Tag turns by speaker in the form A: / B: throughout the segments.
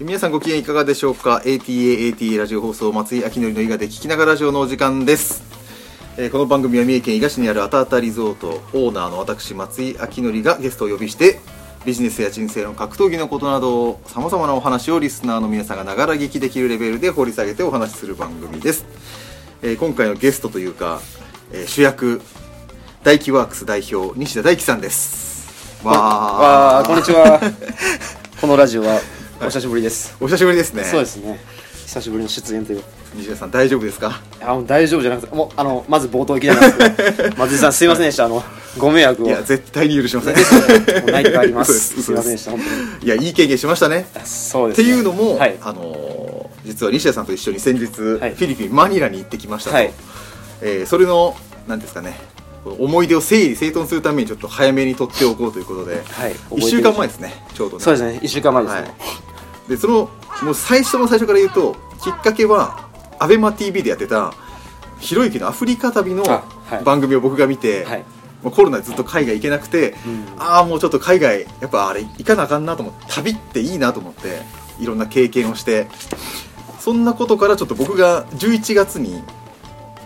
A: 皆さんご機嫌いかがでしょうか ATAATA ラジオ放送松井明典の伊賀で聞きながらラジオのお時間です、えーこの番組は三重県伊賀市にあるアタアタリゾートオーナーの私松井明典がゲストをお呼びしてビジネスや人生の格闘技のことなどさまざまなお話をリスナーの皆さんがながら聞きできるレベルで掘り下げてお話しする番組です、えー今回のゲストというか、えー主役大輝ワークス代表西田大輝さんですわ
B: わあこんにちは このラジオはお久しぶりです、
A: お久しぶりですね
B: そうですね久しぶりの出演という
A: 西田さん大丈夫ですか
B: あもう大丈夫じゃなくてもうあのまず冒頭いきなりなんです けど松井さんすいませんでしたあのご迷惑を
A: いや絶対に許しません
B: もう泣いて帰ります
A: 嘘です
B: すいませんでした本当に
A: いやいい経験しましたね
B: あそうで
A: って
B: すね、
A: いうのも、
B: はい
A: あのー実は西田さんと一緒に先日、
B: はい
A: フィリピンマニラに行ってきましたと、
B: はい
A: えーそれの何ですかねこう思い出を整理整頓するためにちょっと早めに取っておこうということで、
B: はい覚えてる
A: 1週間前ですねちょうどね
B: そうですね1週間前ですね、
A: はい、でそのもう最初の最初から言うときっかけは ABEMATV でやってたひろゆきのアフリカ旅の
B: あはい
A: 番組を僕が見て、
B: はい
A: もうコロナでずっと海外行けなくて、
B: うん
A: ああもうちょっと海外やっぱあれ行かなあかんなと思って旅っていいなと思っていろんな経験をしてそんなことからちょっと僕が11月に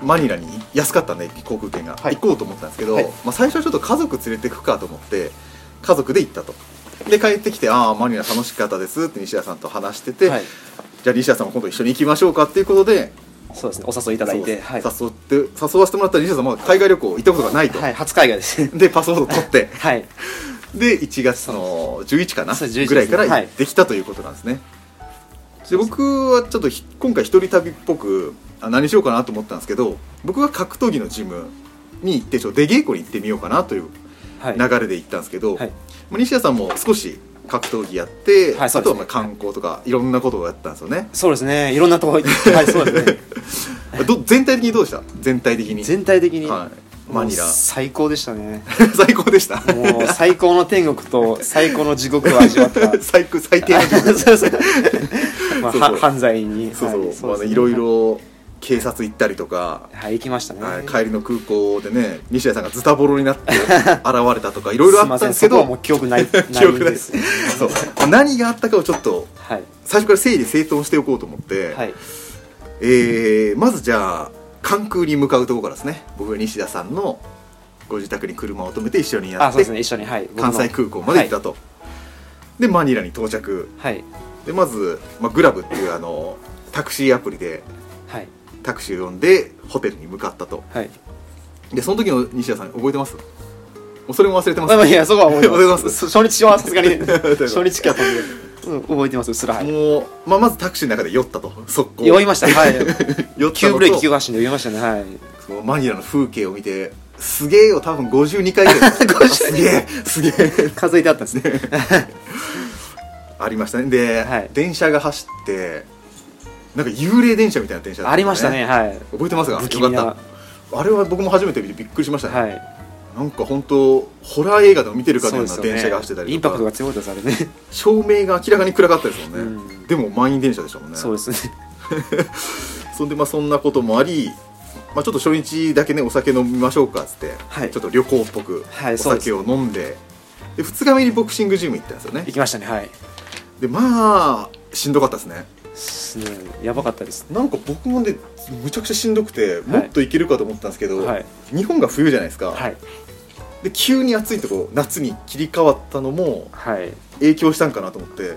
A: マニラに安かったんで航空券が、
B: はい
A: 行こうと思ったんですけど、
B: はい
A: まあ、最初はちょっと家族連れてくかと思って家族で行ったとで帰ってきて「ああマニラ楽しかったです」って西田さんと話してて、
B: はい
A: じゃあ西田さんも今度一緒に行きましょうかっていうことで
B: そうですねお誘いいただいてはい、
A: そう誘って誘わせてもらったら西田さんまだ海外旅行行ったことがないと、
B: はい、初海外です
A: でパスワード取って
B: はい
A: で1月の11かな
B: そう11ですね
A: ぐらいから
B: は
A: 行
B: い
A: ってきたということなんですね、で僕はちょっとひ今回一人旅っぽくあ何しようかなと思ったんですけど僕は格闘技のジムに行ってちょっと出稽古に行ってみようかなという
B: はい
A: 流れで行ったんですけど、
B: はい
A: まあ西田さんも少し格闘技やって、
B: はい
A: あ
B: そう
A: と
B: ですね
A: はまあ観光とかいろんなことをやったんですよね
B: そうですねいろんなとこ行ってはいそうです ね
A: ど全体的にどうでした全体的に
B: 全体的に、
A: はいマニラ
B: もう最高でしたね
A: 最高でした
B: もう最高の天国と最高の地獄を味わった
A: 最高最低の
B: そうそうそうまあ
A: そうそう
B: は犯罪に
A: そう
B: はい
A: そう、まあね、
B: ですね
A: いろいろ警察行ったりとか、
B: はい行きましたね
A: はい帰りの空港でね西田さんがズタボロになって 現れたとかいろいろあったんですけ
B: いませそこ
A: ど
B: はもう記憶な い
A: 記憶ない
B: ん
A: で
B: ですす
A: そうまあ何があったかをちょっと
B: はい
A: 最初から整理整頓しておこうと思って、
B: はい
A: えーまずじゃあ関空に向かうところからですね僕は西田さんのご自宅に車を止めて一緒にや
B: あ
A: っ
B: そう
A: て、
B: ですね一緒にはい僕の
A: 関西空港まで行ったと、でマニラに到着
B: はい
A: でまず、まあ、グラブっていうあのタクシーアプリで
B: はい
A: タクシーを呼んでホテルに向かったと
B: はい
A: でその時の西田さん覚えてますもうそれも忘れてます
B: まあまあいやそこは覚えて
A: 覚え
B: ま
A: て
B: す
A: ま
B: そ初日はさす がに
A: てます
B: 初日期はさすがにうん覚えてますうっすらはい
A: もう、まあ、まずタクシーの中で酔ったと速攻
B: 酔いまし たはい
A: 酔った
B: 急
A: のと
B: ブレーキ急発進で酔いましたねはい
A: そうマニラの風景を見てすげえよ多分52回 ぐらいすげえすげえ
B: 数えてあったんですね
A: ありましたねで、
B: はい
A: 電車が走ってなんか幽霊電車みたいな電車だったん
B: あ
A: です
B: りましたねはい
A: 覚えてますか
B: 不気
A: よ
B: 味な
A: かったあれは僕も初めて見てびっくりしましたね、
B: はい
A: なんか本当ホラー映画でも見てるかのような
B: そうです
A: 電
B: よね
A: 車が走ってたりとか
B: インパクトが強かったですあれね
A: 照明が明らかに暗かったですもんね、
B: うん
A: でも満員電車でしたもんね
B: そうですね
A: そんでまあそんなこともあり、まあ、ちょっと初日だけねお酒飲みましょうかっつって、
B: はい
A: ちょっと旅行っぽく
B: はい
A: お
B: そうです
A: 酒を飲んで,、で2日目にボクシングジム行ったんですよね
B: 行きましたねはい
A: でまあしんどかったですね
B: すねやばかったです
A: なんか僕もねむちゃくちゃしんどくてもっといけるかと思ったんですけど、
B: はい
A: 日本が冬じゃないですか、
B: はい
A: で急に暑いとこ夏に切り替わったのも
B: はい
A: 影響したんかなと思ってもう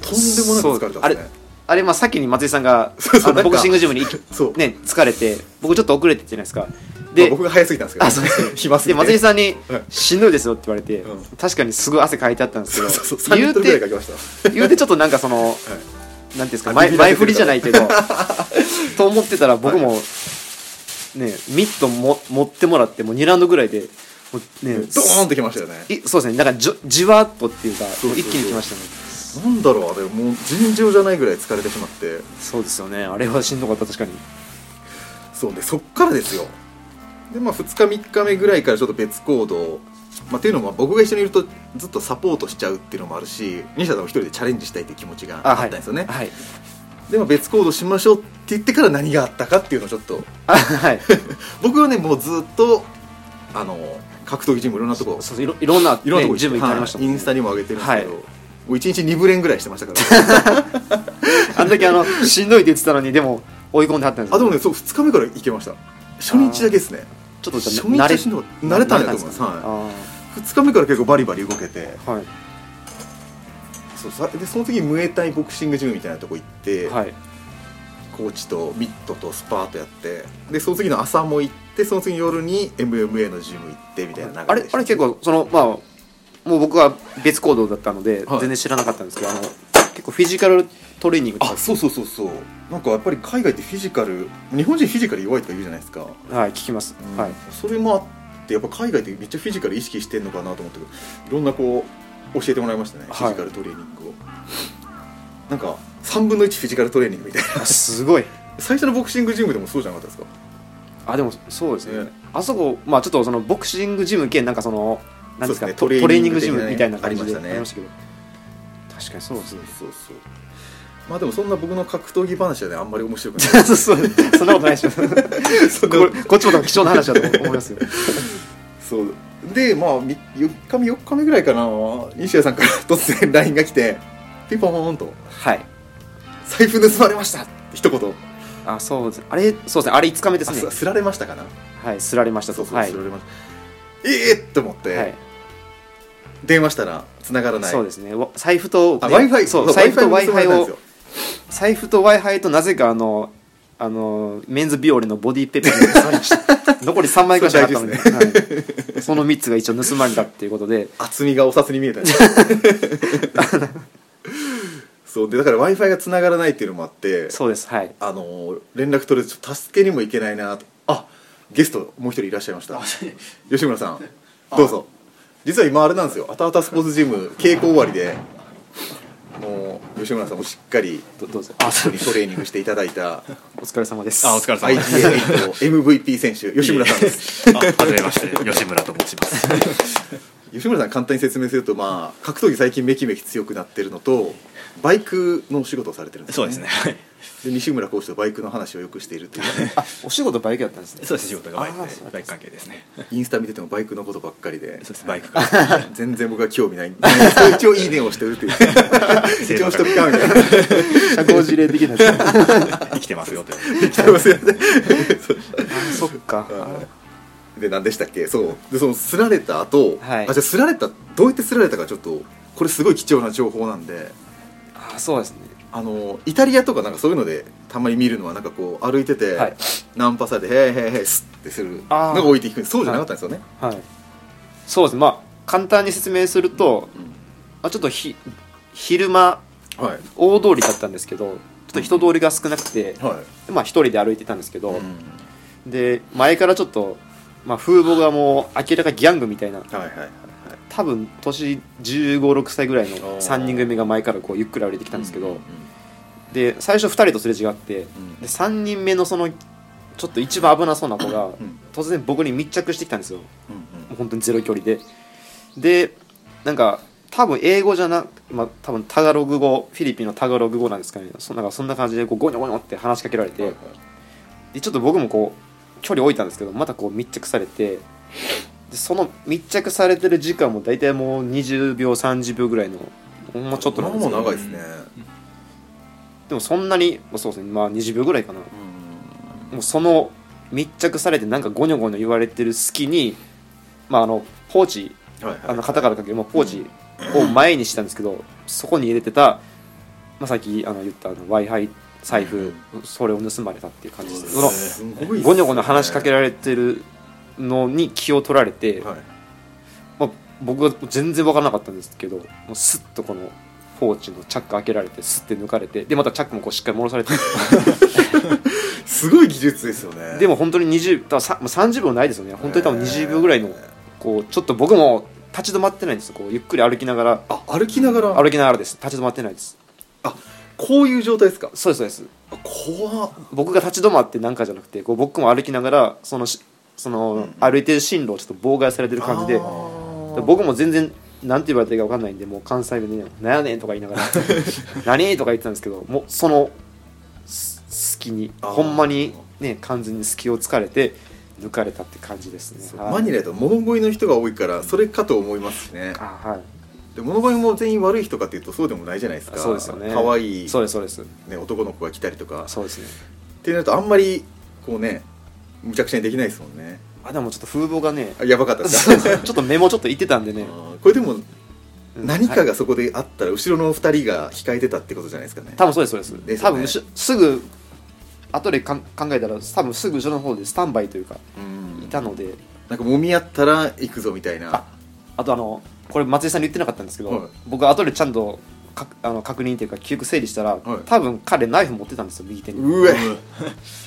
A: とんでもなく疲れ
B: そう
A: た
B: あ
A: んで
B: れ
A: すね
B: あれまあ先に松井さんが
A: そうそう
B: あ
A: なんか
B: のボクシングジムに行き
A: そう
B: ね疲れて僕ちょっと遅れてたじゃないですか
A: まあ
B: で、
A: 僕が早すぎたんですけど
B: あそうですね
A: 暇すぎ
B: で
A: て
B: 松井さんに
A: うん
B: 「しんどいですよ」って言われて、
A: うん
B: 確かにすごい汗かいてあったんです
A: そ
B: け
A: う
B: ど
A: そうそう3リ
B: 言
A: ッ
B: う
A: トルぐらい書
B: て
A: きました
B: 言うてちょっとなんかその、
A: はい
B: なんていうんです
A: あ
B: か前
A: ビビら
B: 前
A: せて
B: 振
A: る
B: りじゃないけ どと思ってたら僕も、ねミットも持ってもらってもう2ラウンドぐらいでもうね
A: ドーンってきましたよね
B: いそうですねなんかじょじわっとっていうか
A: うそうそう
B: もう一気にきましたね
A: なんだろうあれもう尋常じゃないぐらい疲れてしまって
B: そうですよねあれはしんどかった確かに
A: そうでそっからですよでまあ2日3日目ぐらいからちょっと別行動、まあ、っていうのも僕が一緒にいるとずっとサポートしちゃうっていうのもあるし西田さんも一人でチャレンジしたいっていう気持ちがあったんですよね、
B: はい
A: でまあ別行動しましょうって言ってから何があったかっていうのをちょっと
B: あはい
A: 僕はねもうずっとあの格闘技ジムいろんなとこ
B: そうそういろいろんな、ね、
A: いろんなとこ行って
B: ジム行ってありましたもん
A: はい
B: ね
A: インスタにも上げてるんですけど、
B: はい
A: もう1日2ブレンぐらいしてました から、
B: あんだけあのしんどいって言ってたのにでも追い込んではったんですよ
A: あでもねそう2日目から行けました初日だけですね
B: ちょっとじゃ
A: 初日
B: あ慣れ
A: はしんどかった慣れたんだと思います、
B: 慣れた
A: は
B: んです
A: い、2日目から結構バリバリ動けて
B: かね
A: そうさでその次ムエタイボクシングジムみたいなとこ行って、
B: あーはいはい
A: コーチとミットとスパートやってでその次の朝も行ってその次の夜に MMA のジム行ってみたいな流れ
B: あれ
A: でした
B: あれ結構そのまあもう僕は別行動だったので、
A: はい
B: 全然知らなかったんですけどあの結構フィジカルトレーニングとか
A: あそうそうそうそうなんかやっぱり海外ってフィジカル日本人フィジカル弱いとか言うじゃないですか、
B: はい聞きます、はい
A: それもあってやっぱ海外ってめっちゃフィジカル意識してんのかなと思ったけどいろんなこう教えてもらいましたね、
B: はい
A: フィジカルトレーニングをなんか3分の1フィジカルトレーニングみたいな
B: あすごい
A: 最初のボクシングジムでもそうじゃなかったですか
B: あでもそうですね、
A: ね
B: あそこまあちょっとそのボクシングジム兼なんかそのなんです
A: そ
B: か
A: うです
B: ト
A: ね
B: トレーニング
A: トレーニング
B: ジムみたいな
A: 的なね
B: 感じで
A: ありましたね
B: ありましたけど確かにそうですね
A: そうそうまあでもそんな僕の格闘技話はねあんまり面白くない
B: そうそうそんなことないでしょこ
A: そんな
B: れこっちも多分貴重な話だと思 いますよ
A: そうでまあみ4日目4日目ぐらいかな西谷さんから突然 LINE が来てピンポーンと
B: はい
A: 「財布盗まれました」って一言
B: あそうですあれそうですねあれ5日目です
A: あす
B: ね
A: すられましたかな
B: はいすられました
A: そう
B: と
A: そう、
B: はい
A: すられましたええー、って思って、
B: はい
A: 電話したら繋がらない
B: そうですねわ財布と、ね、
A: あ w i f i
B: そう財布と w i f i
A: よ
B: を財布と w i f i となぜかあのあのメンズビオレのボディペペー残り3枚ぐらいあったので
A: そ
B: はいその3つが一応盗まれたっていうことで
A: 厚みがお札に見えたね そうでだから w i f i が繋がらないっていうのもあって
B: そうですはい
A: あのー連絡取れずちょっと助けにも行けないなとあゲストもう一人いらっしゃいました吉村さんどうぞ実は今あれなんですよあたあたスポーツジム稽古終わりでもう吉村さんもしっかり
B: どどうぞ
A: あそこにトレーニングしていただい た
B: お疲れ様です
C: あお疲れ様です
A: IGA の MVP 選 手吉村さんです
C: あはじめまして吉村と申します
A: 吉村さん簡単に説明すると、まあ、格闘技最近めきめき強くなってるのとバイクのお仕事をされてるんです
C: そうですねはい
A: で西村コーチとバイクの話をよくしているという ね
B: あお仕事バイクだったんですね
C: そうです仕事がバイク
B: あー
C: で
B: そう
C: バイク関係ですね
A: インスタ見ててもバイクのことばっかりで
C: そうですバイク から
A: 全然僕は興 味ないんで一応いいねをしてるという一応しとくかみたいな
B: 社交辞令的なやつあ
C: 生きてますよと
A: できてますよねそう
B: そっか
A: で何でしたっけそうでそのすられた後、
B: はい
A: あじゃあすられたどうやってすられたかちょっとこれすごい貴重な情報なんで
B: ああそうですね
A: あのイタリアとかなんかそういうのでたまに見るのはなんかこう歩いてて、
B: はい
A: ナンパされて「へーへーへースッ」ってするの
B: あー
A: が置いていくそうじゃなかったんですよね、
B: はいそうですねまあ簡単に説明すると、あちょっとひ昼間
A: はいはい
B: 大通りだったんですけどちょっと人通りが少なくて、でまあ、一人で歩いてたんですけど、
A: うん
B: で前からちょっと、まあ、風貌がもう明らかギャングみたいな
A: はいはいはいはい
B: 多分年1 5 6歳ぐらいの
A: おー
B: 3人組が前からこうゆっくり歩いてきたんですけど、
A: うんうん
B: で最初2人とすれ違って、
A: ん
B: で3人目のそのちょっと一番危なそうな子が
A: ん
B: 突然僕に密着してきたんですよも
A: うんうん
B: う本当にゼロ距離ででなんか多分英語じゃなまあ多分タガログ語フィリピンのタガログ語なんですかねそなんかそんな感じでこうゴニョゴニョって話しかけられて、
A: はいはい
B: でちょっと僕もこう距離置いたんですけどまたこう密着されてでその密着されてる時間も大体もう20秒30秒ぐらいのほんまちょっとなんですけ
A: まあま
B: ど
A: あ長いですね、
B: でもそんなにまあそうですねまあ20秒ぐらいかな
A: う
B: も
A: ん
B: うその密着されてなんかゴニョゴニョ言われてる隙にまああのポーチ
A: はいはい
B: あの肩からかける、まあ、ポーチを前にしたんですけどそこに入れてた、まあ、さっきあの言ったあの w i f i 財布それを盗まれたっていう感じですその
A: すごいっすね
B: ゴニョゴニョ話しかけられてるのに気を取られて、
A: はい
B: まあ、僕は全然分からなかったんですけどもうスッとこのポーチのチャック開けられてスッて抜かれてでまたチャックもこうしっかり戻されて
A: すごい技術ですよね
B: でも本当に20多分さもう30秒ないですよね本当に多分20秒ぐらいのこうちょっと僕も立ち止まってないんですこうゆっくり歩きながら
A: あ歩きながら
B: 歩きながらです立ち止まってないです
A: あこういう状態ですか
B: そうですそうです
A: あ怖っ
B: 僕が立ち止まってなんかじゃなくてこう僕も歩きながらそのしその歩いてる進路をちょっと妨害されてる感じで
A: あー
B: 僕も全然なんて言われていいか分かんないんでもう関西弁でね「なんやねん」とか言い ながら「何?」とか言ってたんですけどもうそのす隙に
A: あー
B: ほんまにね完全に隙を突かれて抜かれたって感じですね
A: そう
B: はい
A: マニラだと物乞いの人が多いからそれかと思いますしね
B: あはい
A: で物乞いも全員悪い人かっていうとそうでもないじゃないですか
B: そうですよね
A: 可愛い
B: そうですそうです
A: ね、男の子が来たりとか
B: そうですね
A: ってなるとあんまりこうねむちゃくちゃにできないですもんね
B: あでもちょっと風貌がね
A: あやばかったです
B: そうそうちょっとメモちょっと言ってたんでね、
A: あーこれでも
B: うん
A: 何
B: は
A: か
B: い
A: がそこであったら後ろの2人が控えてたってことじゃないですかね
B: 多分そうですそうです
A: ですよ
B: 多
A: ね
B: 分しすぐ後でかん考えたら多分すぐ後ろの方でスタンバイというか
A: うん
B: いたので
A: なんか揉み合ったら行くぞみたいな
B: ああとあのこれ松井さんに言ってなかったんですけど、
A: はい
B: 僕後でちゃんとかあの確認というか記憶整理した
A: は
B: ら、
A: い
B: 多分彼ナイフ持ってたんですよ右手に
A: うえ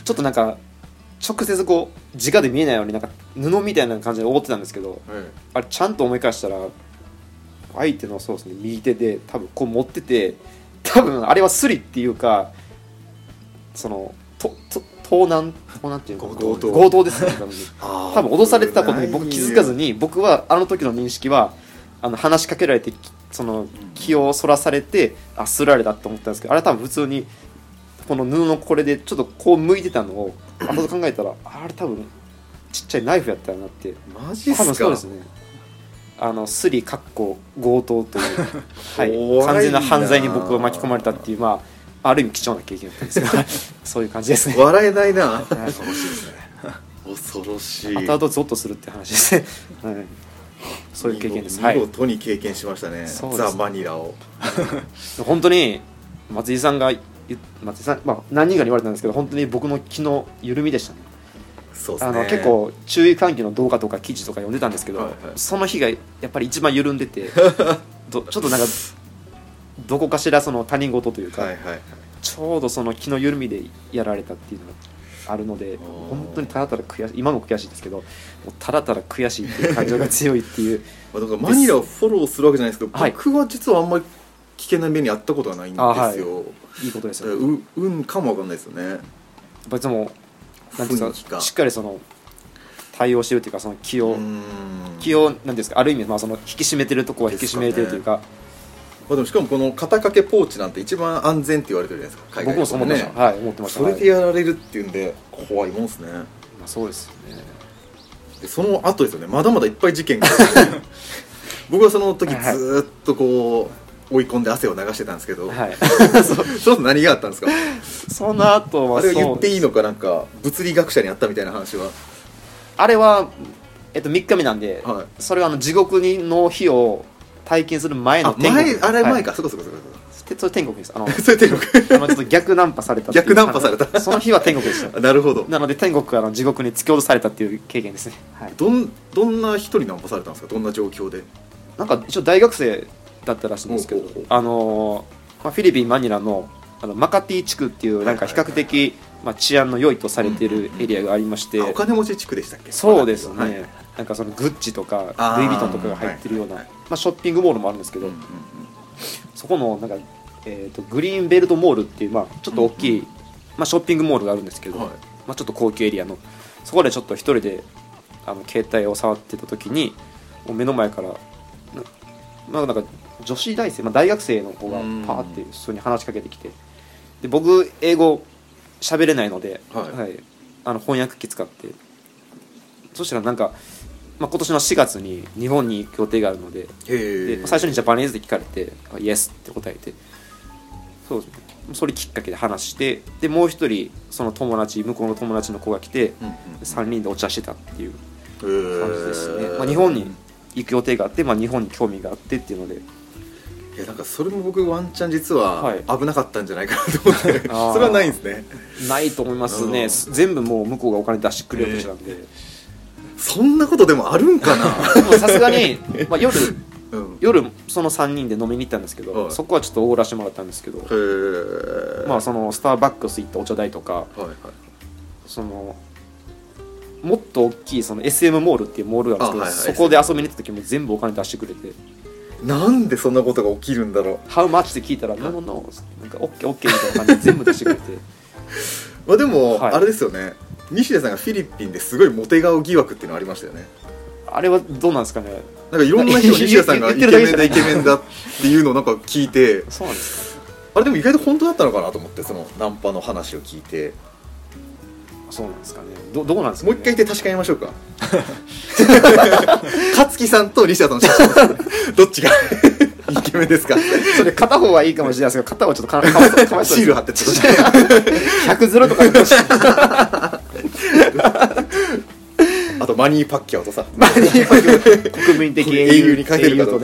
B: ちょっとなんか直接こう直で見えないようになんか布みたいな感じで覆ってたんですけどあれちゃんと思い返したら相手のそうですね右手で多分こう持ってて多分あれはスリっていうかそのとと盗難盗難っていうか
A: 強盗
B: 強盗ですね多分
A: あー
B: 多分脅されてたことに僕気づかずに僕はあの時の認識はあの話しかけられてきその気をそらされてあすられたと思ったんですけどあれ多分普通にこの布のこれでちょっとこう向いてたの を後で考えたらあれ多分ちっちゃいナイフやったよなって
A: マジっ
B: 多
A: す
B: 分
A: か
B: そうですねあのスリかっこ強 盗という、は
A: 怖いな
B: い、完全な犯罪に僕は巻き込まれたっていうまあある意味貴重な経験だったんですけど そういう感じですね
A: 笑えないな
B: 恐ろしいですね
A: 恐ろしい
B: 後々ゾッとするって話です ね、はい、そういう経験です、は
A: 見
B: い、
A: 事に経験しましたね、
B: そうです
A: ザ・マニラを
B: 本当に松井さんが言松井さん、まあ、何人かに言われたんですけど本当に僕の気の緩みでしたね
A: そうです
B: あ
A: ね
B: の結構注意喚起の動画とか記事とか読んでたんですけど、
A: はいはい
B: その日がやっぱり一番緩んで てどちょっとなんかどこかしらその他人事というか、
A: はいはいはい
B: ちょうどその気の緩みでやられたっていうのがあるので
A: ー
B: 本当にただただ悔しい今も悔しいですけどもうただただ悔しいっていう感情が強いっていう
A: まあ、だからマニラをフォローするわけじゃないですけど、
B: はい
A: 僕は実はあんまり危険な目に遭ったことはないんですよ、
B: あはいいいことです
A: だか
B: よ
A: ら
B: ね
A: う運かもわかんないですよね
B: やっぱりそのなんていうん
A: 雰囲
B: です
A: 気
B: か
A: か
B: しっかりその対応してるというかその気を、
A: うーん
B: 気をなんていうんですかある意味、まあ、その引き締めてるとこは引き締めてるというか
A: まあ、でもしかもこの肩掛けポーチなんて一番安全って言われてるじゃないですか海
B: 僕
A: 外
B: もそう思ってました、
A: ね
B: はい思ってました
A: それで
B: はい
A: やられるっていうんで怖いもんですね
B: まあ、そうですよね
A: でその後ですよねまだまだいっぱい事 件が僕はその時ずーっとこう追い込んで汗を流してたんですけど、
B: はい
A: その後何があったんですか
B: その後は
A: あれを言っていい
B: の
A: のかなんか物理学者にあったみたいな話は
B: あれは、えっと、3日目なんで、
A: はい
B: それはあの地獄にの日を体験する前の
A: あ
B: 天国
A: 前あれ前
B: か、
A: か、そこそこそこそこ
B: てそれ天国ですあの
A: それ天国
B: あのちょっと逆ナンパされたっていう
A: 逆ナンパされた
B: その日は天国 でした
A: なるほど
B: なので天国から地獄に突き落とされたっていう経験ですね、はい、
A: どんどんな人にナンパされたんですかどんな状況で
B: なんか一応大学生だったらしいんですけど
A: ほうほうほう、
B: あのーまあ、フィリピン・マニラのあのマカティ地区っていうなんか比較的、まあ、治安の良いとされているエリアがありまして、
A: あお金持ち地区でしたっけ
B: そうですね、
A: はい
B: なんかそのグッチとか
A: あー
B: ルイ・ヴィトンとかが入ってるような、
A: はいはい
B: まあ、ショッピングモールもあるんですけ
A: うん
B: ど、
A: うんうん
B: そこのなんか、えー、とグリーンベルトモールっていう、まあ、ちょっと大きい、
A: うん
B: まあ、ショッピングモールがあるんですけど、
A: はい
B: まあ、ちょっと高級エリアのそこでちょっと一人であの携帯を触ってた時にもう目の前からな,、まあ、なんか女子大生、まあ、大学生の子がパ
A: うん
B: ーって普通に話しかけてきてで僕英語喋れないので、
A: はい
B: あの翻訳機使ってそしたらなんか、まあ、今年の4月に日本に行く予定があるので
A: へ
B: で
A: え
B: 最初にジャパニーズで聞かれて「イエス」って答えてそうですねそれきっかけで話してでもう一人その友達向こうの友達の子が来て
A: うんうん
B: 3人でお茶してたっていう
A: うん
B: 感じですね、
A: へえ
B: まあ、日本に行く予定があって、まあ、日本に興味があってっていうので
A: いやなんかそれも僕ワンチャン実
B: は
A: はい危なかったんじゃないかなと思って、
B: あー
A: それはないんですね
B: ないと思います
A: う
B: ね
A: ん
B: 全部もう向こうがお金出してくれようとしたんで
A: そんなことでもあるんかな
B: でもさすがに、まあ、夜
A: うんへ
B: 夜その3人で飲みに行ったんですけど、
A: はい
B: そこはちょっとおごらしてもらったんですけど、
A: え
B: まあ、そのスターバックス行ったお茶代とか
A: はいはい
B: そのもっと大きいその SM モールっていうモールがあるん
A: あはい
B: ですけど、
A: はい
B: そこで遊びに行った時も全部お金出してくれて
A: なんでそんなことが起きるんだろう
B: 「How much?」って聞いたら「No, no, no」なんか「OKOK」みたいな感じで全部出してくれ て
A: まあでも、
B: はい
A: あれですよね西田さんがフィリピンですごいモテ顔疑惑っていうのありましたよね
B: あれはどうなんですかね
A: なんかいろんな 人が西田さんがイケメンだ
B: 言
A: イ
B: っ
A: ケ
B: てるだけじゃない
A: メンだっていうのをなんか聞いて
B: そうなんですか
A: あれでも意外と本当だったのかなと思ってそのナンパの話を聞いて
B: そうなんですかねどどうなんです
A: も
B: か、
A: う
B: ね、
A: 一回言って確かめましょう か 勝木さんと西田さんの写真どっちがイケメンですか
B: それ片方はいいかもしれないですけど片 方はちょっとかかわかわいそう
A: シー
B: です
A: ル貼ってちょっと
B: 100ゼロとか言ってほしい
A: あとマニーパッキャオとさ
B: 国民的
A: 英雄に書いてるか どう
B: 英雄と
A: か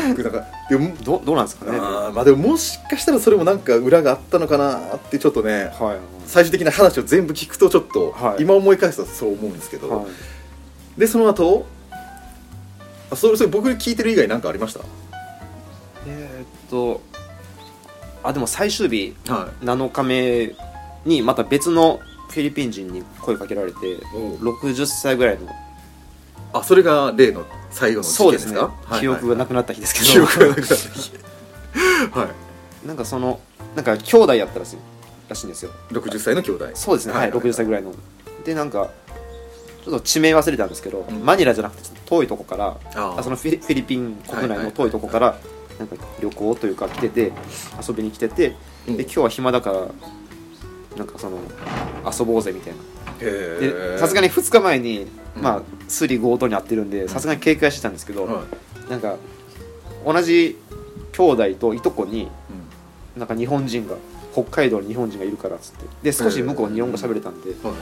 B: ね
A: なんかでも
B: どどうなんですかねは
A: あーまあでももしかしたらそれもなんか裏があったのかなってちょっとね
B: い
A: 最終的な話を全部聞くとちょっと、
B: はい
A: 今思い返すとそう思うんですけど、
B: はい
A: でその後あそれそれ僕に聞いてる以外何かありました
B: えーっとあでも最終日
A: は
B: 7日目にまた別のフィリピン人に声かけられて
A: おう
B: 60歳ぐらいの
A: いあそれが例の最後の事
B: そう
A: 件
B: で
A: ですす
B: ね
A: か
B: 記憶
A: が
B: がなくなった日ですけど
A: 記憶がなくなったはい
B: なんかそのなんか兄弟やったらしいらしいんですよ
A: 60歳の兄弟
B: そうですねはい、60歳ぐらいのでなんかちょっと地名忘れたんですけど、
A: うん
B: マニラじゃなくて遠いとこから
A: あー
B: あそのフィリフィリピン国内の遠いとこから、なんか旅行というか来てて遊びに来てて、
A: うん
B: で今日は暇だからなんかその遊ぼうぜみたいな
A: へ
B: で
A: え
B: さすがに2日前に、
A: うん
B: まあスリ強盗に遭ってるんでさすがに警戒してたんですけど、
A: はい
B: なんか同じ兄弟といとこに
A: う
B: なんか日本人が北海道に日本人がいるからっつってで少し向こう日本語喋れたんで、
A: んはい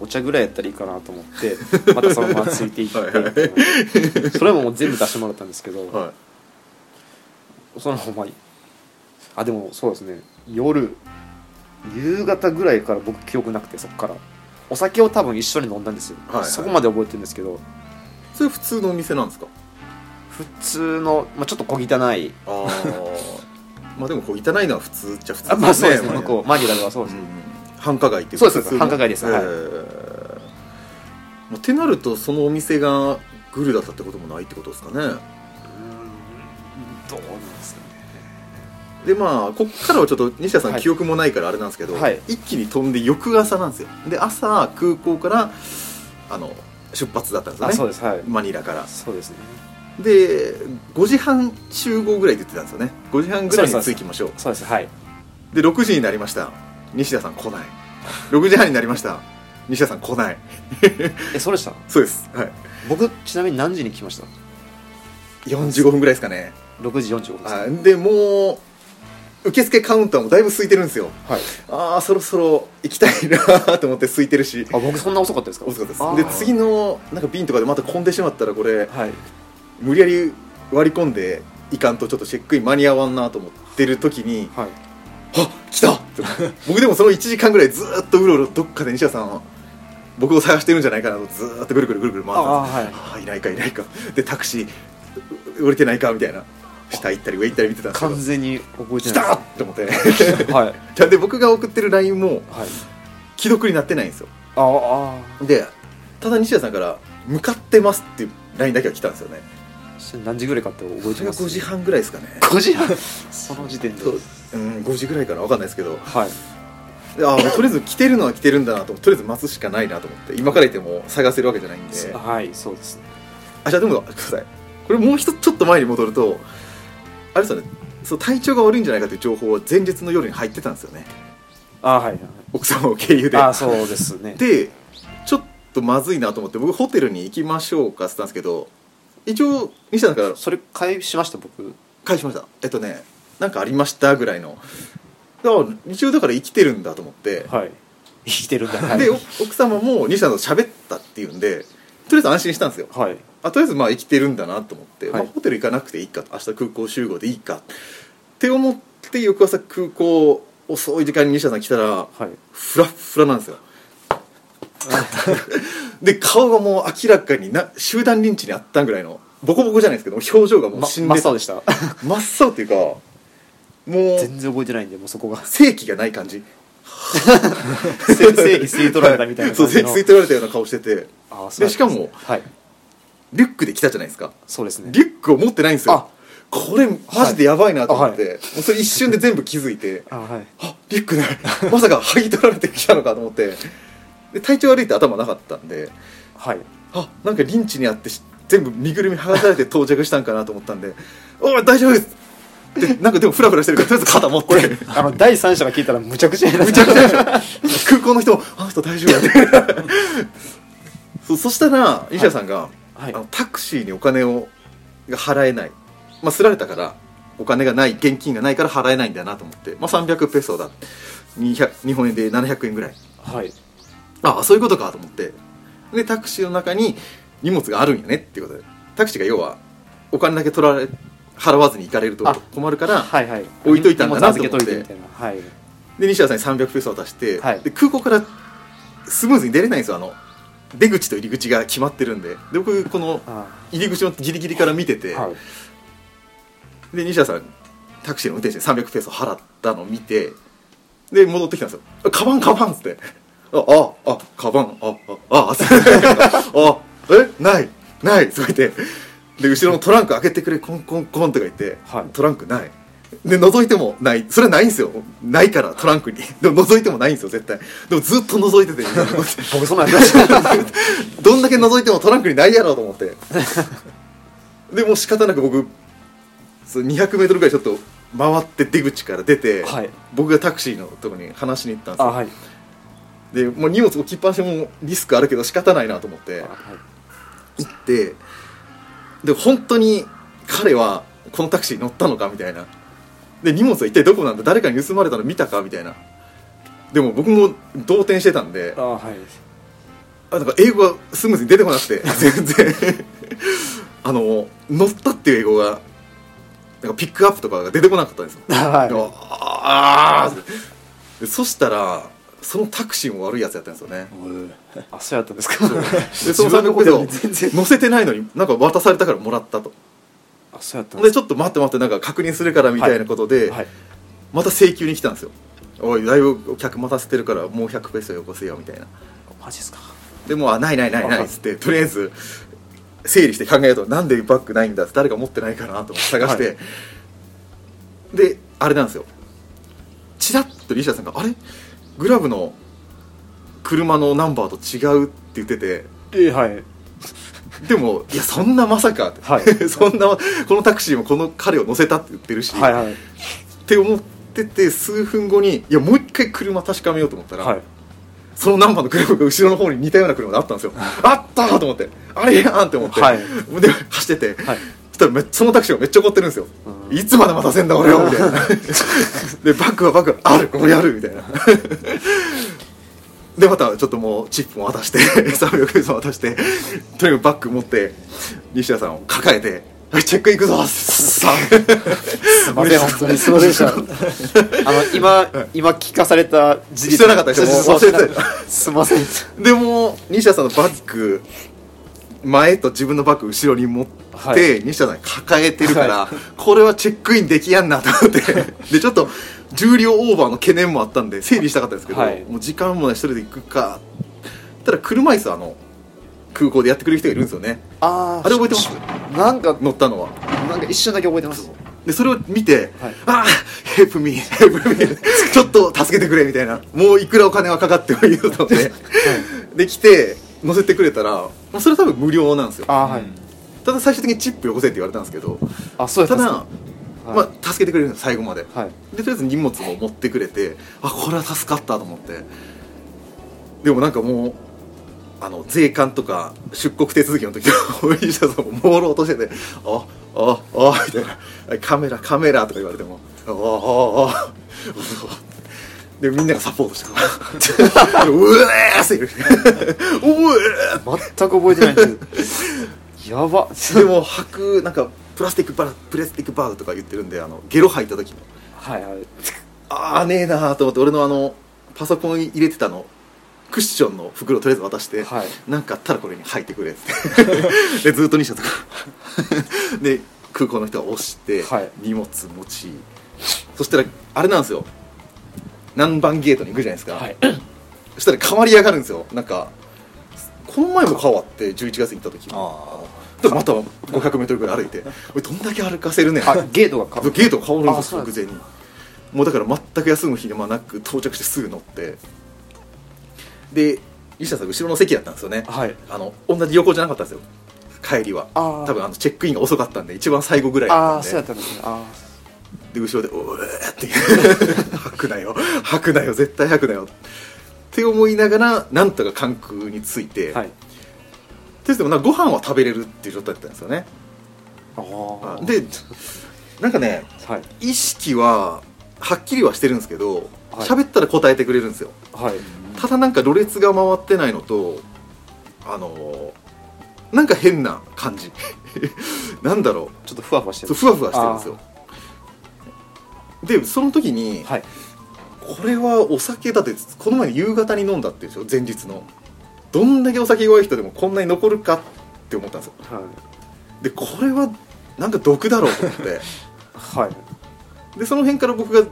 B: お茶ぐらいやったらいいかなと 思ってまたそのままついていって
A: はいはい
B: それももう全部出してもらったんですけど、
A: は
B: そのままあでもそうですね夜夕方ぐらいから僕記憶なくてそこからお酒を多分一緒に飲んだんですよ、
A: はいはい
B: そこまで覚えてるんですけど
A: いそれ普通のお店なんですか
B: 普通の、まあ、ちょっと小汚い
A: ああ まあでもこう汚いのは普通っちゃ普通
B: あまあそうですね
A: まあ
B: 向こうマニラではそうです
A: う
B: ね、
A: ん繁華街っていう
B: そうです
A: 普通の
B: 繁華街ですはい
A: えーってなるとそのお店がグルだったってこともないってことですかね
B: どうなんですかね
A: でまあこっからはちょっと西田さん、
B: はい
A: 記憶もないからあれなんですけど、
B: はい
A: 一気に飛んで翌朝なんですよで朝空港からあの出発だったんですよ
B: あ
A: ね
B: そうですはい
A: マニラから
B: そうですね
A: で5時半集合ぐらいで言ってたんですよね5時半ぐらいに着きましょう
B: そうですはい
A: で6時になりました西田さん来ない6時半になりました西田さん来ない
B: えそうでした
A: そうです、はい、
B: 僕ちなみに何時に来ました
A: 45分ぐらいですかね
B: 6時45分です
A: あでもう受付カウンターもだいぶ空いてるんですよ
B: はい
A: ああそろそろ行きたいなーと思って空いてるし
B: あ僕そんな遅かったですか
A: 遅かっ
B: あ
A: た
B: ー
A: ですで次のなんか便とかでまた混んでしまったらこれ
B: はい
A: 無理やり割り込んでいかんとちょっとチェックイン間に合わんなと思ってる時に
B: はい
A: 「あ来た!」 僕でもその1時間ぐらいずーっとうろうろどっかで西田さんは僕を探してるんじゃないかなとずーっとぐるぐるぐるぐる回ってたんです
B: あーはい
A: あーいないかいないかでタクシーう降りてないかみたいな下行ったり上行ったり見てたんですけど
B: 完全に覚えて
A: 来
B: な
A: た
B: い
A: って思って
B: ですはいはい
A: じゃあで僕が送ってる LINE も既読になってないんですよ
B: ああ
A: でただ西田さんから「向かってます」っていう LINE だけは来たんですよね
B: それ何時ぐらいかって覚え
A: それ
B: てま
A: が
B: す
A: 5時半ぐらいですかね
B: 5時半その時点で
A: そううん5時ぐらいかな分かんないですけど
B: はい
A: でああもうとりあえず来てるのは来てるんだなと思ってとりあえず待つしかないなと思って今からいても探せるわけじゃないんで
B: はいそうですね
A: あじゃあでもくださいこれもう一つちょっと前に戻るとあれですよねそう体調が悪いんじゃないかという情報は前日の夜に入ってたんですよね
B: あはい
A: 奥様を経由で
B: あそうですね
A: でちょっとまずいなと思って僕ホテルに行きましょうかって言ったんですけど一応西田さんから
B: それ返しました僕
A: 返しましたえっとねなんかありましたぐらいのだから一応だから生きてるんだと思って、
B: はい生きてるんだ
A: でお奥様も西田さんと喋ったっていうんでとりあえず安心したんですよ
B: はい
A: あとりあえずまあ生きてるんだなと思って、
B: はい
A: まあ、ホテル行かなくていいか明日空港集合でいいかって思って翌朝空港遅い時間に西田さん来たら
B: はい
A: フラッフラなん ですよで顔がもう明らかにな集団リンチにあったんぐらいのボコボコじゃないですけど表情がもう
B: ま
A: 死んで、
B: 真った青でした
A: 真っ青っていうかもう
B: 全然覚えてないんでもうそこが
A: 正気がない感じ
B: 正義吸い取られたみたい な
A: そう
B: 感
A: 正
B: じ
A: 気
B: の
A: 吸い取られたような顔してて
B: あそう
A: で
B: だ
A: しかも
B: はい
A: リュックで来たじゃないですか
B: そうですね
A: リュックを持ってないんですよ
B: あ
A: これマジでやばいなと思って、
B: は
A: もうそれ一瞬で全部気づいて
B: あはい
A: あリュックないまさか剥ぎ取られてきたのかと思ってで体調悪いって頭なかったんで
B: はい
A: あなんかリンチにあってし全部身ぐるみ剥がされて到着したんかなと思ったんで「おい大丈夫です!」でなんかでもフラフラしてるからとりあえず肩持って
B: あの第三者が聞いたらむちゃくちゃむ
A: むちゃくちゃ 空港の人も「あの人大丈夫だ」ってそそしたら西田さんが、
B: は
A: あ
B: い
A: のタクシーにお金をが払えないまあ、すられたからお金がない現金がないから払えないんだなと思って、まあ、300ペソだ200日本円で700円ぐらい
B: はい
A: ああそういうことかと思ってでタクシーの中に荷物があるんやねっていうことでタクシーが要はお金だけ取られ払わずに行かれると
B: あ
A: 困るから
B: はいはい
A: 置いといたんだなと
B: 荷
A: 思って
B: 物預けといてみたいなはい
A: で西田さんに300ペソ渡して、
B: はい
A: で空港からスムーズに出れないんですよあの出口と入り口が決まってるんでで僕この
B: あ
A: 入り口のギリギリから見てて、
B: ーはい
A: で西田さんタクシーの運転手に300ペソ払ったのを見てで戻ってきたんですよ「あカバンカバン」っつって「あああカバンああああ」つって 「あえないない」とか言ってで後ろのトランク開けてくれコンコンコンとか言って、
B: はい
A: トランクないで覗いてもないそれはないんですよないからトランクにでも覗いてもないんですよ絶対でもずっと覗いてて
B: 僕そんなんありました
A: どんだけ覗いてもトランクにないやろうと思って でもう仕方なく僕そう 200m ぐらいちょっと回って出口から出て、
B: はい
A: 僕がタクシーのとこに話しに行ったんです
B: あ
A: よ
B: はい
A: でもう荷物置きっぱなしもリスクあるけど仕方ないなと思って
B: あはい
A: 行ってで本当に彼はこのタクシーに乗ったのかみたいなで荷物は一体どこなんだ誰かに盗まれたの見たかみたいなでも僕も動転してたんで
B: あはい
A: あなんか英語がスムーズに出てこなく て全然あの「乗った」っていう英語がなんかピックアップとかが出てこなかったんですよ、
B: はい
A: であーでそしたらそのタクシーも悪いやつやったんですよね
B: あそうやったんです か
A: でその
B: 自分
A: 300
B: のこ
A: ペ
B: と
A: ソ
B: に全然
A: 乗せてないのになんか渡されたからもらったと
B: あそうやったんで
A: ですちょっと待って待ってなんか確認するからみたいなことで、
B: かはい
A: また請求に来たんですよおいだいぶお客待たせてるからもう100ペソよこせよみたいな
B: マジですか
A: でもうあないないないないっつってとりあえず整理して考えるとなんでバッグないんだって誰か持ってないかなと思って探して、
B: は
A: であれなんですよチラッとリシャさんが「あれグラブの車のナンバーと違う」って言ってて
B: えはい
A: でも「いやそんなまさか」って、
B: はい
A: そんなこのタクシーもこの彼を乗せたって言ってるし、
B: はいはい
A: って思ってて数分後にいやもう一回車確かめようと思ったら、
B: はい
A: そのナンバーの車が後ろの方に似たような車があったんですよあったーと思ってあれやんって思って、
B: はい
A: で走ってて、
B: はい
A: そしたらめっそのタクシーがめっちゃ怒ってるんですよ、
B: うん
A: いつまで待たせんだ俺をみたいなでバックはバックあるこれやるみたいなでまたちょっともうチップも渡して 300ペースも渡してとにかくバッグ持って西田さんを抱えてはいチェック行くぞさ
B: すいません本当にすいませんでした あの今今聞かされた事
A: してなかったでしょもう忘れて
B: たすいません
A: でも西田さんのバッグ前と自分のバッグ後ろに持って、
B: はい
A: 西田さん抱えてるから、これはチェックインできやんなと 思ってでちょっと重量オーバーの懸念もあったんで整理したかったんですけど、
B: はい
A: もう時間もない一人で行くかただ車椅子あの空港でやってくれる人がいるんですよね
B: あ
A: あれ覚えてます
B: すなんか
A: 乗ったのは
B: なんか一瞬だけ覚えてます
A: でそれを見て「
B: はい
A: ああヘルプミーヘルプミー」ちょっと助けてくれみたいなもういくらお金はかかってもいいよと思って、で来て乗せてくれたらもうそれ多分無料なんですよ
B: あはい
A: ただ最終的にチップよこせって言われたんですけど
B: あそうやった
A: た
B: んです
A: だ、
B: か
A: まあ、助けてくれるんです最後まで、
B: はい
A: でとりあえず荷物も持ってくれてあこれは助かったと思ってでもなんかもうあの税関とか出国手続きの 時のお医者さんも朦朧としてて「あああみたいなはい「カメラカメラ」とか言われても「あああああでみんながサポートしてくれるうえーって言ううえー
B: 全く覚えてないんですけどやば
A: でも履くなんかプラスティックバープラスティックバーグとか言ってるんであのゲロ吐いた時の
B: はいはい
A: ああねえなーと思って俺のあのパソコンに入れてたのクッションの袋をとりあえず渡して、
B: はい
A: なんかあったらこれに入ってくれって でずっと西田とか で空港の人が押して、
B: はい
A: 荷物持ちそしたらあれなんですよ南蛮ゲートに行くじゃないですか、
B: はい
A: そしたら変わり上がるんですよなんかこの前も変わって11月に行った時
C: あ
A: でまた 500m ぐらい歩いて俺どんだけ歩かせるねん
B: あゲートがか
A: ゲートが変わるんで
B: あ
A: す
B: そう
A: よ
B: なん
A: 直
B: です
A: 前にもうだから全く休む暇なく到着してすぐ乗ってで西田さん後ろの席だったんですよね
B: はい
A: あの同じ横じゃなかったんですよ帰りは
B: あー
A: 多分あのチェックインが遅かったんで一番最後ぐらい
B: あ
A: だ
B: あ
A: ったん
B: そう
A: で
B: やったんですねあ
A: で後ろで「おえ!」って 「吐くなよ吐くなよ絶対吐くなよ」って思いながらなんとか関空に着いて、
B: ー
A: とりあ
B: はい
A: えずでもなんかご飯は食べれるっていう状態だったんですよね
B: ああ
A: でなんかね
B: はい
A: 意識ははっきりはしてるんですけど
B: はい
A: 喋、ったら答えてくれるんですよ
B: はい
A: ただなんかろれつが回ってないのとあのーなんか変な感じ なんだろ
B: ちょっとふわふわし
A: う
B: て
A: そう
B: る
A: ふわふわしてるんですよでその時に、
B: はい
A: これはお酒だってこの前の夕方に飲んだって言うんですよ前日のどんだけお酒弱い人でもこんなに残るかって思ったんですよ
B: はい
A: でこれはなんか毒だろうと思って
B: はい
A: でその辺から僕がちょ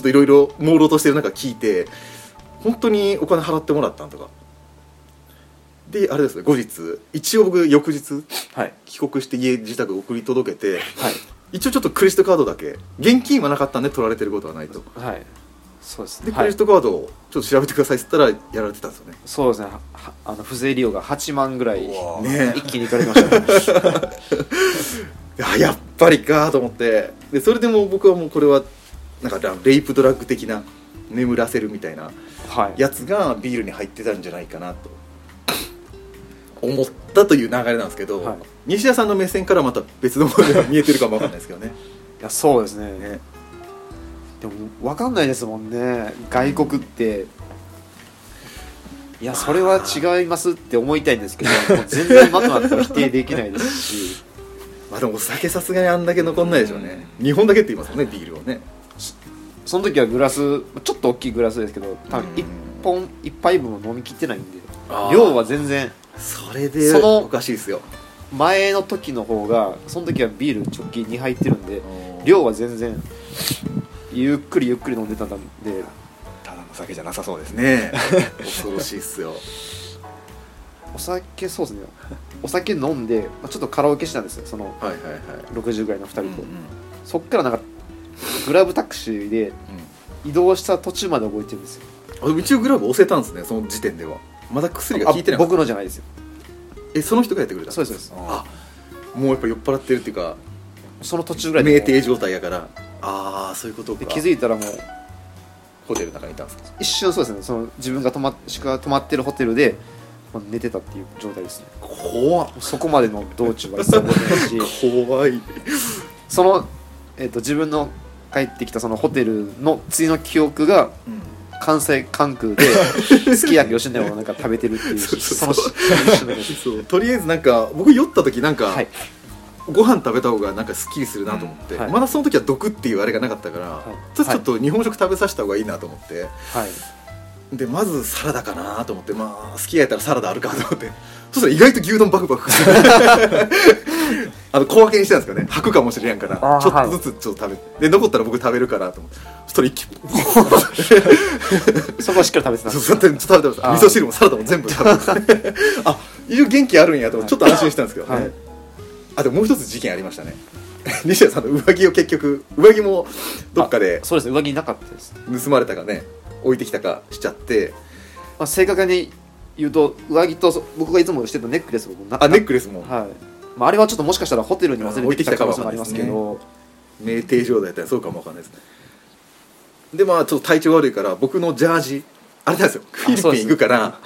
A: っといろいろ朦朧としてる中聞いて本当にお金払ってもらったんとかであれですね後日一応僕翌日
B: はい
A: 帰国して家自宅送り届けて
B: はい
A: 一応ちょっとクレジットカードだけ現金はなかったんで取られてることはないと
B: はいそうです
A: で
B: ね
A: クレジットカードをちょっと調べてくださいって言ったらやられてたんですよね
B: そうですねははあの不正利用が8万ぐらいう
C: わ
A: ね
B: 一気にいかれましたね
A: あやっぱりかと思ってでそれでもう僕はもうこれはなんかレイプドラッグ的な眠らせるみたいな
B: はい
A: やつがビールに入ってたんじゃないかなと思ったという流れなんですけど、
B: はい
A: 西田さんの目線からまた別のものが見えてるかもわかんないですけど ね
B: いやそうですね
A: ね
B: でも分かんないですもんね外国っていやそれは違いますって思いたいんですけどもう全然今となっては否定できないです し
A: まあでもお酒さすがにあんだけ残んないでしょうね、日本だけって言いますもんねビールをね
B: その時はグラスちょっと大きいグラスですけど多分
A: うん
B: 1本1杯分も飲みきってないんで
A: あー
B: 量は全然
A: それで
B: その
A: おかしいですよ
B: 前の時の方がその時はビール直近2杯入ってるんで量は全然ゆっくりゆっくり飲んでたんで
C: ただの酒じゃなさそうですね
A: ねえ恐ろしいっ すよ
B: お酒そ うですねお酒飲んでまあちょっとカラオケしたんですよその
A: はいはいはい
B: 60ぐらいの2人と、
A: うんうん
B: そっからなんかグラブタクシーで移動した途中まで覚えてるんですよ
A: あでも一応グラブ押せたんですねその時点ではまだ薬が効いてない
B: あ僕のじゃないですよ
A: えその人がやってくれた
B: そうですそうです
A: あもうやっぱ酔っ払ってるっていうか
B: その途中ぐらい
A: 酩
B: で
A: 酊状態やからああそういうことか
B: で気づいたらもう
A: ホテルの中にいたんですか
B: 一瞬そうですねその自分が泊ましか泊まってるホテルで、まあ、寝てたっていう状態ですね
A: 怖っ
B: そこまでの道中は一切覚え てないし
A: 怖い
B: その、えっと自分の帰ってきたそのホテルの次の記憶が関西関空 ですき焼き吉野家をなんか食べてるっていう
A: そう
B: そ
A: そう
B: の
A: そう
B: 一瞬だけです
A: そうとりあえずなんか僕酔った時なんか、
B: はい
A: ご飯食べた方がなんかすっきりするなと思って、
B: うんはい
A: まだその時は毒っていうあれがなかったから、
B: い
A: とりあえずちょっと日本食食べさせた方がいいなと思って
B: はい
A: でまずサラダかなと思ってまあ好きやったらサラダあるかと思ってそしたら意外と牛丼バクバク あの小分けにしたんですかね吐くかもしれんから
B: あー
A: ちょっと
B: はい
A: ずつちょっと食べてで残ったら僕食べるからと思ってそしたら一気に
B: そこはしっかり食べてた
A: そ
B: んで
A: う
B: す
A: そうちょっと食べて
B: あ
A: ま
B: ー
A: す味噌汁もサラダも全部食べてますあ一応元気あるんやと思ってちょっと安心したんですけどね、
B: はい
A: あでももう一つ事件ありましたね西田さんの上着を結局上着もどっかで
B: あそうですね上着なかったです、
A: 盗まれたかね置いてきたかしちゃって
B: まあ、正確に言うと上着とそ僕がいつもしてたネックレスをな
A: あネ
B: な
A: ックレスも
B: はいまあ、あれはちょっともしかしたらホテルに忘れてきた可能性もありますけ
A: うん
B: ど
A: 酩酊状態だったらそうかもわかんないですねでまあちょっと体調悪いから僕のジャージあれなんですよフィリ
B: そう
A: ピ
B: で
A: ン
B: す
A: 行くから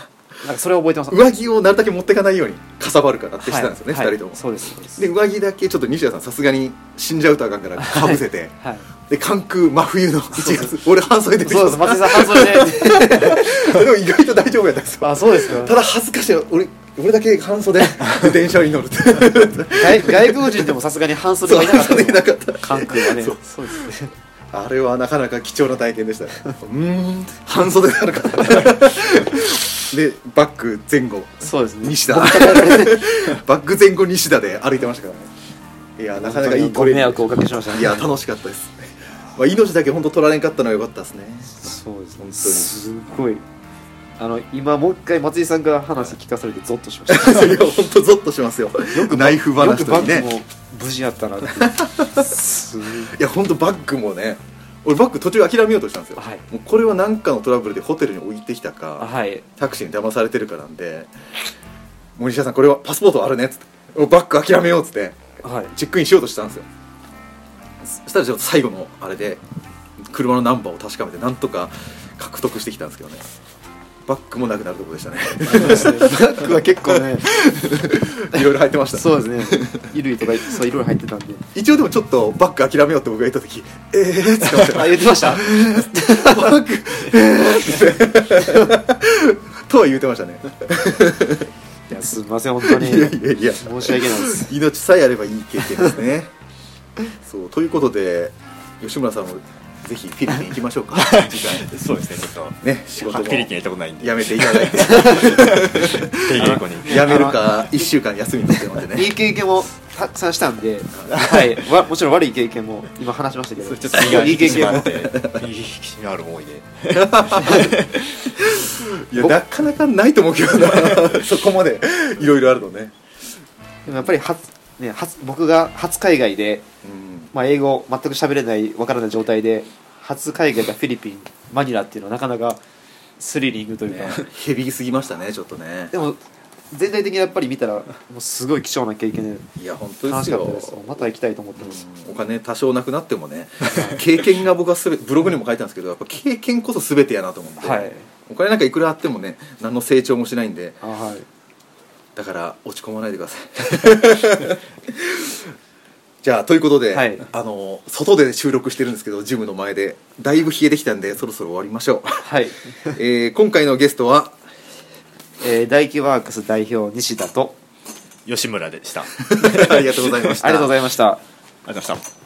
B: なんかそれは覚えてます
A: 上着をなるだけ持っていかないようにかさばるからってしてたんですよね、
B: はい
A: 2人とも
B: はい、そうですそうです
A: で上着だけちょっと西田さんさすがに死んじゃうとあかんからかぶせて、
B: はい、
A: で関空真冬の1月俺半袖で
B: そうです
A: で
B: 松井さん半袖 で
A: も意外と大丈夫やったんですよ
B: あそうですか
A: ただ恥ずかしい俺俺だけ半袖 で電車に乗るってそう
B: 外外国人でもさすがに半袖がいな
A: 半
B: かった
A: 袖いなかった
B: 関空はね
A: そう
B: そうですね
A: あれはなかなか貴重な体験でしたねうーん半袖なのか でバック前後
B: そうですね
A: 西 田バック前後西田で歩いてましたからねいやなかなかいい
B: ご
A: トレーニング
B: 迷惑をおかけしましたね
A: いや楽しかったです、まあ、命だけ本当取られんかったのは良かったですね
B: そうです
A: 本当
B: ね
A: に
B: すごいあの今もう一回松井さんから話聞かされてゾッとしまし
A: いや本当ゾッとしますよよくナイフ
B: たよく
A: 話と
B: バ
A: か
B: ッ
A: ね
B: グも無事やったなっていうすごい
A: いや本当バッグもね俺バッグ途中諦めようとしたんですよ、
B: はい
A: もうこれは何かのトラブルでホテルに置いてきたか、
B: あはい
A: タクシーに騙されてるからなんで「森下さんこれはパスポートあるね」っつって「おバッグ諦めよう」っつって
B: はい
A: チェックインしようとしたんですよそしたらちょっと最後のあれで車のナンバーを確かめてなんとか獲得してきたんですけどねバッグもなくなるところでしたね
B: そうですねバッグは結構ね
A: いろいろ入ってました
B: そうですね衣類とかそういろいろ入ってたんで
A: 一応でもちょっとバッグ諦めようって僕が言った時ええー、って言ってま
B: あ
A: し
B: 言ってました
A: たバッグえー、ってとは言ってましたね
B: いやすいません本当に
A: いやいやいや
B: 申し訳ないです
A: 命さえあればいい経験ですねそうということで吉村さんもぜひフィリピン行きましょうか次回
C: そうですねちょっと
A: ね仕事も
C: フィリピン行ったことないんで
A: やめていただいて
C: 定期稽古に
A: やめるか1週間休みになってもらって
B: い
A: ね
B: い経験もたくさんしたんで、はい、わもちろん悪い経験も今話しましたけ
C: そ
B: ど
C: うちょっと身が
B: い
C: 引
B: い
C: き
B: 経
C: 締
B: 験
C: まっ
B: も
C: て身引き締まる思いで
A: いやなかなかないと思うけどなそこまでいろいろあるのね
B: でもやっぱり初、ね、初僕が初海外で、
A: うん
B: まあ、英語全く喋れないわからない状態で初海外がフィリピンマニラっていうのはなかなかスリリングという か、
A: ヘビーすぎましたねちょっとね
B: でも全体的にやっぱり見たらもうすごい貴重な経験
A: いや本
B: で
A: 当で
B: 楽
A: す
B: しか
A: よ
B: ったですまた行きたいと思ってます、
A: お金多少なくなってもね経験が僕はすべブログにも書いたんですけどやっぱ経験こそ全てやなと思って、
B: はい
A: お金なんかいくらあってもね何の成長もしないんで
B: あはい
A: だから落ち込まないでください じゃあということで、
B: はい
A: あの外で収録してるんですけどジムの前でだいぶ冷えてきたんでそろそろ終わりましょ
B: はい、
A: う、えー今回のゲスト は
B: えー、大輝ワークス代表西田と
C: 吉村でしたありがと
A: ありがとうございました
B: ありがとうございました
C: うございました